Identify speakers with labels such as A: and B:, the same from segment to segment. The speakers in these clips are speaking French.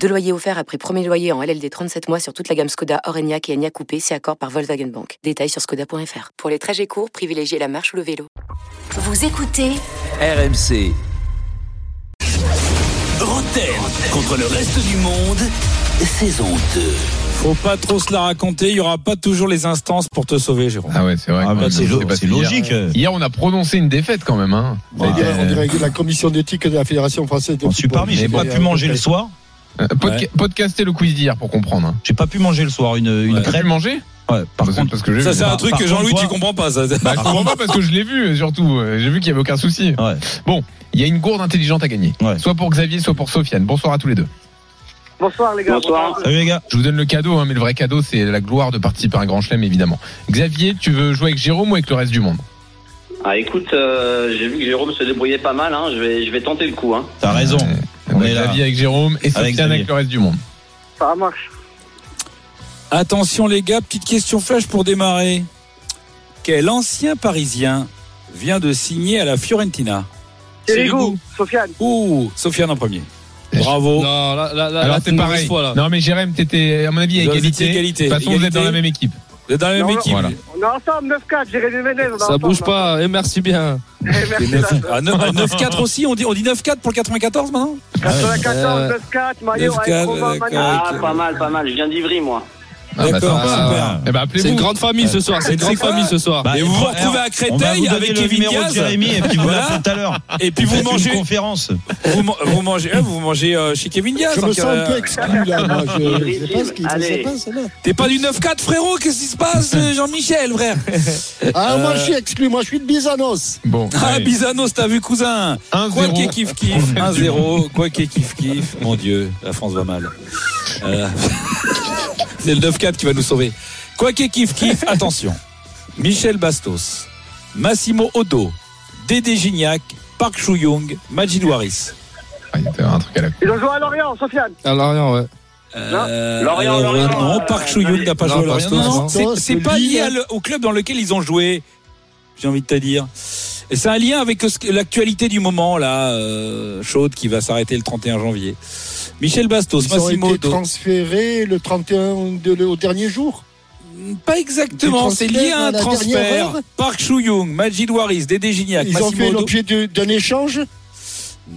A: Deux loyers offerts après premier loyer en LLD 37 mois sur toute la gamme Skoda, Orenia et Enya Coupé, si accord par Volkswagen Bank. Détails sur skoda.fr. Pour les trajets courts, privilégiez la marche ou le vélo.
B: Vous écoutez
C: RMC. Roten contre le reste du monde, saison 2.
D: Faut pas trop se la raconter, il y aura pas toujours les instances pour te sauver, Jérôme.
E: Ah ouais, c'est vrai.
F: Ah
E: quand
F: bah,
E: même,
F: c'est
E: ça
F: lo-
E: s'est passé
F: c'est
E: hier.
F: logique. euh.
E: Hier. on a prononcé une défaite quand même. Hein. Ça a
F: Ouais.
E: été,
G: On
E: euh,
G: dirait que la commission d'éthique de la Fédération française de
F: Je suis
G: football.
F: parmi,
G: Mais
F: j'ai pas
G: bon,
F: pu
G: euh,
F: manger le soir.
E: euh, podca- Podcaster le quiz d'hier pour comprendre. hein.
F: J'ai pas pu manger le soir une, une
D: Ouais.
E: T'as pu
F: crêpe.
E: le manger
F: Ouais, par
E: Bah, c'est
F: contre,
E: parce que j'ai
D: Ça,
E: vu.
D: c'est un
F: Par-
D: truc
F: par
D: que Jean-Louis,
F: contre,
D: tu
F: toi-
D: comprends pas, ça.
E: Bah, je comprends pas parce que je l'ai vu euh, surtout. Euh, J'ai vu qu'il y avait aucun souci.
F: Ouais.
E: Bon, il y a une gourde intelligente à gagner.
F: Ouais.
E: Soit pour Xavier, soit pour Sofiane. Bonsoir à tous les deux.
H: Bonsoir les gars. Bonsoir.
F: Salut les gars.
E: Je vous donne le cadeau, hein, mais le vrai cadeau, c'est la gloire de participer à un grand chelem, évidemment. Xavier, tu veux jouer avec Jérôme ou avec le reste du monde
H: Ah écoute, euh, j'ai vu que Jérôme se débrouillait pas mal, hein. je, vais, je vais tenter le coup. Hein.
F: T'as raison.
E: Euh,
F: On
E: avec
F: est là.
E: Xavier avec Jérôme et Sofiane
F: Xavier.
E: avec le reste du monde.
H: Ça marche.
D: Attention les gars, petite question flash pour démarrer. Quel ancien Parisien vient de signer à la Fiorentina Sirigu.
H: Sofiane.
D: Ouh, Sofiane en premier.
E: Eh,
D: Bravo.
I: Non, là, là, Ah, là,
E: Alors
I: là,
E: c'est
I: une
E: pareil.
I: mauvaise Fois, là.
E: Non mais Jérôme, t'étais à mon avis à
D: Vous étiez
E: égalité.
D: égalité.
E: De toute façon, vous êtes
D: Égalité.
E: dans la même équipe.
D: Vous êtes dans la même
H: Non, non.
D: équipe.
E: Voilà.
H: On est ensemble, 9-4, Jérémy Ménez. on est
I: Ça
H: ensemble,
I: bouge
H: hein.
I: pas. Et merci bien.
H: Eh, merci,
D: À 9 à 9-4 aussi, on dit, on dit 9-4 pour le 94 maintenant
H: 94, 9-4, Maillot,
D: 9-4,
H: avec Robin, Maillot.
D: d'accord,
H: Ah,
D: ok.
H: pas mal, pas mal, je viens d'Ivry moi.
E: Ah, bah,
D: D'accord,
E: ça va.
D: super.
E: Eh bah,
I: C'est
E: appelez-vous.
I: une grande famille ce soir. C'est une
D: C'est
I: grande
D: quoi
I: famille ce soir.
D: Et vous vous retrouvez à
F: Ah, bah, on va vous
D: Créteil
F: donner
D: avec
F: le
D: Kevin
F: numéro de
D: Diaz
F: Jérémy et puis vous
D: Voilà.
F: l'appelez tout à l'heure.
D: et puis vous
F: Faites une
D: mangez,
F: conférence.
D: vous, man- vous mangez, euh, vous mangez euh, chez Kevin Diaz. euh,
G: Je
D: en
G: me sens
D: cas-
G: un peu exclu là, moi. Je je sais pas ce qui ça se
H: Allez.
G: passe là.
D: T'es pas du 9-4 frérot, qu'est-ce qui se passe euh, Jean-Michel frère
G: Ah, moi je suis exclu, moi je suis de Bizanos.
E: Bon.
D: Ah
E: allez.
D: Bizanos, t'as vu cousin Quoi
E: 1-0.
D: qu'il kiff kiff, 1-0, quoi qu'il kiff kiff, mon Dieu, la France va mal. Euh, c'est le 9-4 qui va nous sauver. Quoi qu'il kiff kiff, attention. Michel Bastos, Massimo Odo, Dédé Gignac, Park Chou-Young, Majid Waris.
E: Ah, il y a un truc à la con.
H: Ils ont joué à Lorient, Sofiane.
I: À Lorient, ouais.
D: Euh,
H: Lorient,
D: euh,
H: Lorient.
D: Non, Park Chou-Young n'a pas
I: Non,
D: joué à
I: Bastos,
D: Lorient. Non, non,
I: non.
D: c'est- c'est pas
G: Lille.
D: lié à le- au club dans lequel ils ont joué, j'ai envie de te dire. Et c'est un lien avec ce que- l'actualité du moment, là, euh, chaude, qui va s'arrêter le 31 janvier. Michel Bastos,
G: Ils ont
D: Massimo
G: été
D: Odo.
G: transférés le 31 de- le- au dernier jour.
D: Mm, Pas exactement,
G: Des
D: c'est lié à un
G: transferts à la dernière
D: transfert.
G: heure
D: Park Chou-Young, Majid Waris, Dédé Gignac,
G: Ils ont
D: Massimo
G: fait
D: Odo.
G: l'objet de- d'un échange.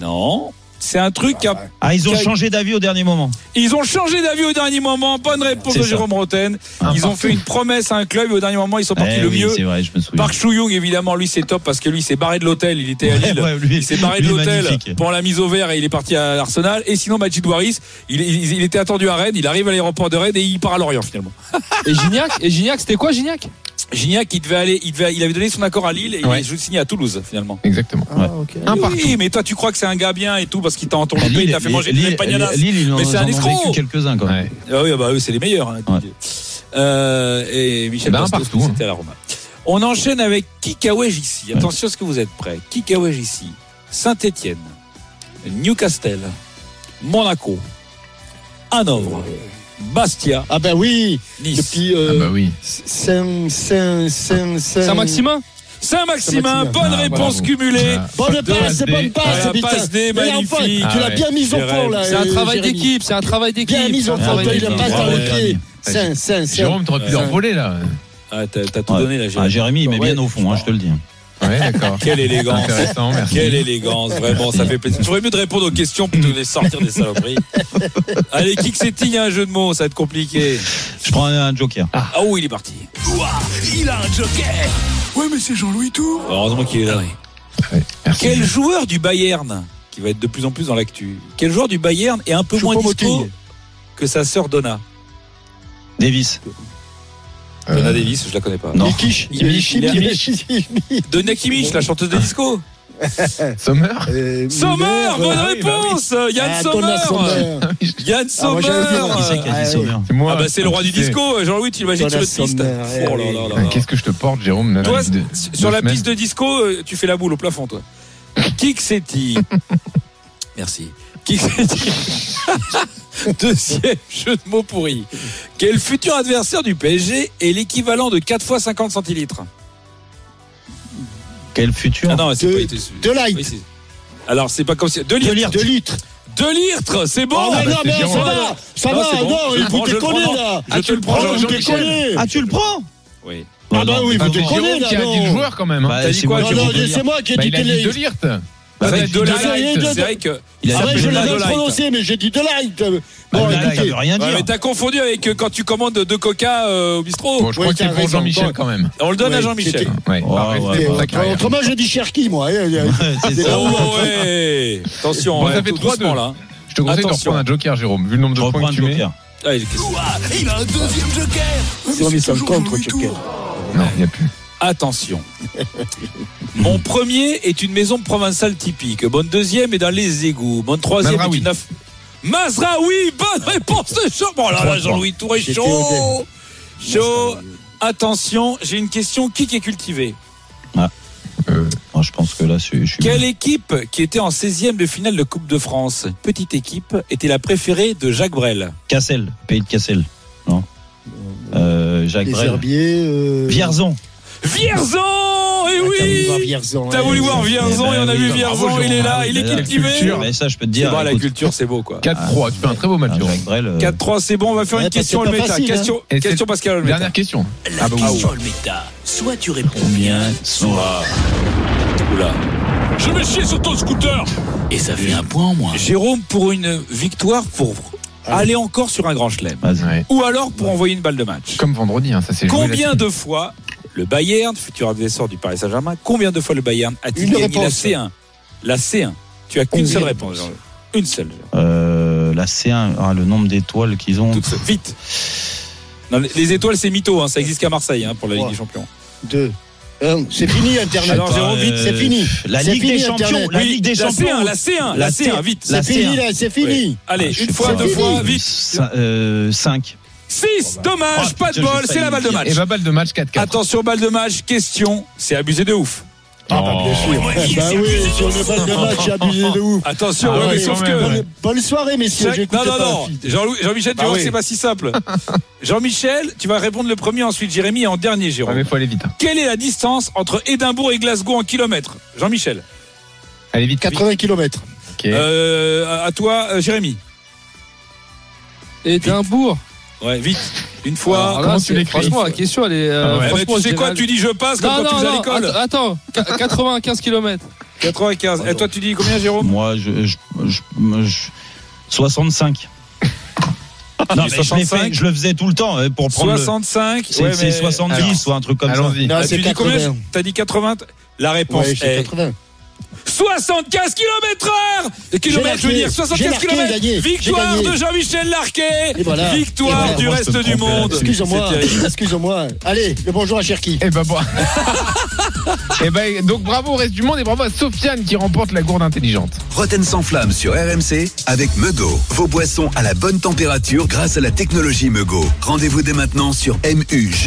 D: Non, c'est un truc. à-
F: Ah, ils ont
D: Quel-
F: changé d'avis au dernier moment.
D: Ils ont changé d'avis au dernier moment. Bonne réponse
F: C'est
D: de
F: ça.
D: Jérôme Roten.
F: Un
D: Ils ont
F: partout.
D: fait une promesse à un club et au dernier moment, ils sont partis
F: Eh
D: le
F: oui,
D: mieux.
F: C'est vrai, je me souviens.
D: Park Chou-Young, évidemment, lui, c'est top parce que lui, il s'est barré de l'hôtel. Il était à
F: Ouais,
D: Lille.
F: ouais, lui-
D: Il s'est barré de
F: lui,
D: l'hôtel
F: magnifique.
D: pour la mise au vert et il est parti à Arsenal. Et sinon, Majid Waris, il, il- il était attendu à Rennes. Il arrive à l'aéroport de Rennes et il part à Lorient, finalement.
I: Et Gignac Et Gignac, c'était quoi Gignac
D: Gignac, il devait aller, il, devait- il avait donné son accord à Lille et
E: Ouais.
D: il est signé à Toulouse, finalement.
E: Exactement.
G: Ah, ok.
E: Un
D: oui,
E: partout.
D: mais toi, tu crois que c'est un gars bien et tout parce qu'il t'a entendu,
F: Lille,
D: il t'a fait
F: Lille,
D: manger
F: Lille,
D: des pananas.
F: Lille, ils en-
D: Mais c'est
F: ils en
D: un
F: ont
D: escroc.
F: vécu quelques-uns, quand même.
E: Ouais.
D: Ah oui, ah bah eux, c'est les meilleurs. hein,
F: Ouais.
D: Didier. Euh, et Michel
E: Ben, un
D: Bastos,
E: partout,
D: c'était à la Roma. On enchaîne avec Kikawej ici. Attention à ce que vous êtes prêts. Kikawej ici. Saint-Etienne. Newcastle. Monaco. Hanovre. Bastia.
G: Ah ben oui,
D: Nice.
G: le petit
E: Ah
G: euh,
E: bah oui.
G: Saint Saint Saint Saint
I: Saint-Maximin
D: Saint-Maximin.
G: Saint-Maximin.
D: bonne
E: Ah,
D: réponse
E: bravo.
D: cumulée.
E: Ah,
G: Bonne
E: deux
G: passe,
E: SD.
G: bonne
D: Ah, la
G: passe, putain.
D: passe des
G: Et enfin,
D: magnifiques.
G: Tu l'as bien mise au fond
D: Jérém.
G: là.
I: C'est un
G: euh,
I: travail
G: Jérémy.
I: d'équipe, c'est un travail d'équipe.
G: Bien mise
I: c'est un
G: au fond,
I: travail
G: toi, il a
I: d'équipe.
G: pas dans le
F: Bravo,
G: pied. Saint
F: Jérémy.
G: Saint Saint.
E: Jérôme, t'aurais pu
D: Ouais.
E: leur voler là.
D: Ah, t'as t'as tout donné là,
F: Ah,
D: Jérémy.
F: Jérémy, il met
G: Ouais.
F: bien au fond, hein, je te le dis.
E: Ouais, d'accord.
D: Quelle élégance.
E: Intéressant, merci.
D: Quelle élégance, vraiment, ça fait plaisir. J'aurais mieux de répondre aux questions plutôt que de les sortir des saloperies. Allez, kick setting, il y a un jeu de mots, ça va être compliqué.
F: Je prends un joker.
D: Ah oui, il est parti.
C: Il a un joker
D: Heureusement qu'il est
G: Ah
D: là.
E: Merci.
D: Quel joueur du Bayern, qui va être de plus en plus dans l'actu, quel joueur du Bayern est un peu moins dispo
G: Choupo-Moting.
D: que sa sœur Donna
F: Davis.
E: Euh,
D: Donna Davis, je la connais pas.
F: Non.
G: Mikish,
D: Il- il-
G: Mikish,
D: il-
G: Mikish. Ah.
D: Donna Kimmich, la chanteuse de disco
E: Sommer
G: Euh,
D: Sommer,
G: Müller,
D: bonne
G: euh,
D: réponse Yann
G: ah, Thomas
D: Sommer
G: Sommer.
D: Yann
G: Ah, moi,
D: Sommer
G: j'avais dit,
F: Qui c'est qui a
G: Ah,
F: dit
G: oui.
F: Sauveur
E: C'est moi.
D: Ah bah c'est le roi du
E: C'est-
D: disco, Jean-Louis, tu imagines sur
G: Thomas
D: le piste
G: Sommer, eh
D: Oh là
G: oui.
D: là là
E: Ah,
D: là.
E: Qu'est-ce que je te porte, Jérôme là,
D: Toi,
E: depuis deux-
D: sur
E: deux
D: la
E: semaines
D: piste de disco, euh, tu fais la boule au plafond, toi. Kixetti. Merci. Kixetti. Deuxième jeu de mots pourri. Quel futur adversaire du PSG est l'équivalent de 4 fois 50 centilitres
F: Quel futur
D: Ah non, c'est
G: De-
D: pas été.
G: De
D: Oui,
G: light.
D: c'est- Alors, c'est pas comme si. De
G: De
D: litres.
G: litres. De litres.
D: De litres, c'est bon
G: Ah, mais
E: bah,
G: non,
E: c'est
G: mais
E: Jérôme.
G: ça va. Ça
D: Non, c'est
G: va.
D: bon. Je le
G: Non,
D: prends,
G: vous
D: je le
G: déconnez
D: prends.
G: là.
D: Je te le prends,
G: Oh, vous
D: Jean-Michel.
G: déconnez.
F: Ah, tu le prends
D: Oui.
G: Ah bah
F: non,
G: oui,
F: mais
G: vous
F: pardon.
G: déconnez.
E: Jérôme qui a
G: là,
E: dit le
G: non.
E: joueur quand même.
F: Bah,
D: T'as dit
F: c'est
D: quoi,
F: moi
G: Ah
F: qui ai
G: non,
F: oublié.
G: c'est moi qui ai
E: Bah,
G: dit
E: il a dit
G: télé.
E: de l'IRT.
D: Bah,
E: Bah,
D: de
E: j'ai dit
D: litres,
G: de litres.
D: c'est vrai que.
F: Il
G: Ah
F: a
G: ouais, je
F: appelé
D: là,
G: l'ai
F: la-
D: de
G: bien
D: light.
G: prononcé, mais j'ai dit de light. Bon,
F: Bah, là, Ça
G: écoutez.
F: veut rien
D: Ouais, mais
F: dire.
D: t'as confondu avec euh, quand tu commandes deux coca euh, au bistrot.
E: Bon, je
G: Ouais,
E: crois que
G: t'as
E: c'est pour
G: raison.
E: Jean-Michel
G: Bon.
E: quand même.
D: On le donne à
G: Ouais,
D: Jean-Michel.
G: c'était-
E: Ouais,
F: Oh,
E: par respect
F: ouais,
E: pour
G: Euh,
E: sa carrière.
G: Autrement, je dis Cherki, moi. hein, euh,
F: Ouais, c'est
G: C'est
F: ça.
G: là où-
D: Oh ouais Attention,
E: Bon,
D: hein,
E: ça fait
D: tout
E: 3-2.
D: doucement, là.
E: Je te conseille de
D: Attention.
E: reprendre un joker, Jérôme, vu le nombre
F: Je
E: de
F: reprends
E: points
F: un
E: que tu mets.
F: joker.
D: Allez, qu'est-ce que-
C: Ouah, il a un deuxième joker
G: Non, mais c'est un contre, Joker.
E: Non, il n'y a plus.
D: Attention. Mon premier est une maison provençale typique. Mon deuxième est dans les égouts. Mon troisième
E: Mazraoui.
D: est une... aff- Mazraoui Bonne réponse de Jean... Bon, là, là, Jean-Louis Touré,
G: J'étais
D: chaud
G: au
D: Chaud Attention, j'ai une question. Qui qui est cultivé
F: Ah, je pense que là, c'est- je suis.
D: Quelle équipe qui était en 16e de finale de Coupe de France Petite équipe était la préférée de Jacques Brel.
F: Cassel, pays de Cassel. Non. Euh, Jacques
G: Les
F: Brel.
G: herbiers. euh,
F: Vierzon.
D: Vierzon Eh
G: Ah, t'as voulu voir
D: oui
G: Vierzon,
D: T'as
G: ouais,
D: voulu voir
G: ouais.
D: Vierzon
F: Eh
D: et
F: ben
D: on a
F: oui,
D: vu
F: bravo,
D: Vierzon, il
F: Jérôme.
D: est
F: Ah
D: là,
F: oui,
D: il est
F: bah, la
D: cultivé
E: culture.
F: Et ça, je peux te
D: C'est
F: dire.
D: bon, la
F: écoute,
D: culture, c'est beau quoi.
E: 4-3, tu fais un très beau match,
F: ah,
E: Jérôme.
F: Jacques Brel. euh,
D: 4-3, c'est bon, on va faire
G: Ouais,
D: une
G: parce que
D: question
G: c'est pas
D: Olmeta.
G: facile, hein.
D: question,
E: Et c'est-
D: question Pascal Olmeta.
E: Dernière question.
C: La
E: Ah bah oui.
C: question méta. Soit tu réponds bien, soit.
D: Oula. Je vais chier sur ton scooter
C: Et ça fait un point en moins.
D: Jérôme, pour une victoire, pour aller encore sur un grand chelem.
F: Vas-y.
E: Ouais.
D: Ou alors pour envoyer une balle de match.
E: Comme vendredi, hein, ça s'est joué
D: Combien
E: là-dessus.
D: de fois le Bayern, futur adversaire du Paris Saint-Germain, combien de fois le Bayern a-t-il
G: Une
D: gagné la
G: réponse.
D: C1 La C1. Tu as qu'une
G: Une
D: seule
G: réponse.
D: réponse. Une seule.
F: Euh, la C1, ah, le nombre d'étoiles qu'ils ont.
D: Toute seule. Vite. Non, les- les étoiles, c'est mytho. hein. Ça existe qu'à Marseille hein, pour la Ligue
G: Ouais.
D: des Champions.
G: Deux. Un. C'est fini, Internet. Euh,
D: Alors, Jérôme, vite,
G: c'est fini.
F: La
G: C'est
F: Ligue
G: fini,
F: des Champions.
G: Internet.
F: La Ligue des
D: la
F: Champions.
D: C1, la C1, la C1,
F: La C1,
D: vite.
F: la
G: C'est fini, là, c'est fini.
D: Allez,
F: Ah, je
D: une
F: sais
D: fois,
F: pas.
D: deux fois, vite.
F: Cin- euh, 5.
D: 6, dommage,
F: Oh,
D: pas de
F: putain,
D: bol,
F: j'ai
D: c'est la balle de
F: failli
D: match.
E: Et bah, balle de match 4-4.
D: Attention, balle de match, question, c'est abusé de ouf.
G: Ah, bah, bien sûr. Bah oui, sur le balle de match, j'ai abusé de ouf.
D: Attention,
E: Ah
D: ouais,
E: ouais,
D: mais
E: quand
D: sauf
E: même,
D: que.
E: ouais.
G: Bonne, bonne soirée, messieurs.
D: Chaque-
G: J'écoute
D: Non, non,
G: pas
D: non.
G: la fille.
D: Jean-Louis- Jean-Michel, tu
G: Bah
D: vois que
G: oui.
D: c'est pas si simple. Jean-Michel, tu vas répondre le premier, ensuite Jérémy et en dernier,
E: Ouais,
D: Jérôme.
E: mais faut aller vite. hein.
D: Quelle est la distance entre Édimbourg et Glasgow en kilomètres Jean-Michel.
E: Allez vite.
G: 80 km.
E: Ok.
D: Euh, à- à toi, euh, Jérémy.
I: Édimbourg.
G: Ah,
D: Ouais, vite. Une fois.
I: Alors là,
E: comment tu
I: c'est-
E: l'écris
I: Franchement, la question, elle est. euh,
E: Ah ouais.
D: Eh ben,
I: franchement,
D: tu sais
I: je
D: quoi
I: dirais-
D: Tu dis je passe comme
I: Non,
D: quand tu
I: non,
D: faisais à
I: non,
D: l'école.
I: att- attends, qu- 95 km.
D: 95. Et toi, tu dis combien, Jérôme
F: Moi, je, je, je- moi, je- 65. Non, mais je, l'ai
D: 65.
F: fait, je le faisais tout le temps euh, pour prendre. le-
D: 65.
F: C'est
D: ouais,
F: c'est
D: mais-
F: 70
D: Alors,
F: ou un truc comme ça.
E: Allons-y.
G: Non,
D: Ah,
G: c'est
D: tu dis combien
G: 80.
D: T'as dit 80 La réponse
G: Ouais, c'est
D: est
G: 80.
D: 75 km heure Et kilomètres, je veux
G: J'ai
D: dire,
G: marqué,
D: 75
G: j'ai
D: km
G: gagné, j'ai
D: Victoire
G: gagné.
D: de Jean-Michel Larquet
G: Et voilà. Et
D: Victoire
G: voilà,
D: du
F: moi, je
D: reste
F: peux me
D: du
F: tromper
D: monde
F: là-dessus.
G: Excuse-moi.
D: C'est terrible.
G: Excuse-moi. Allez, le bonjour à Cherki.
E: Et bah bon. Et bah, donc bravo au reste du monde et bravo à Sofiane qui remporte la gourde intelligente.
B: Roten sans flamme sur RMC avec Mego. Vos boissons à la bonne température grâce à la technologie Mego. Rendez-vous dès maintenant sur muggo.fr.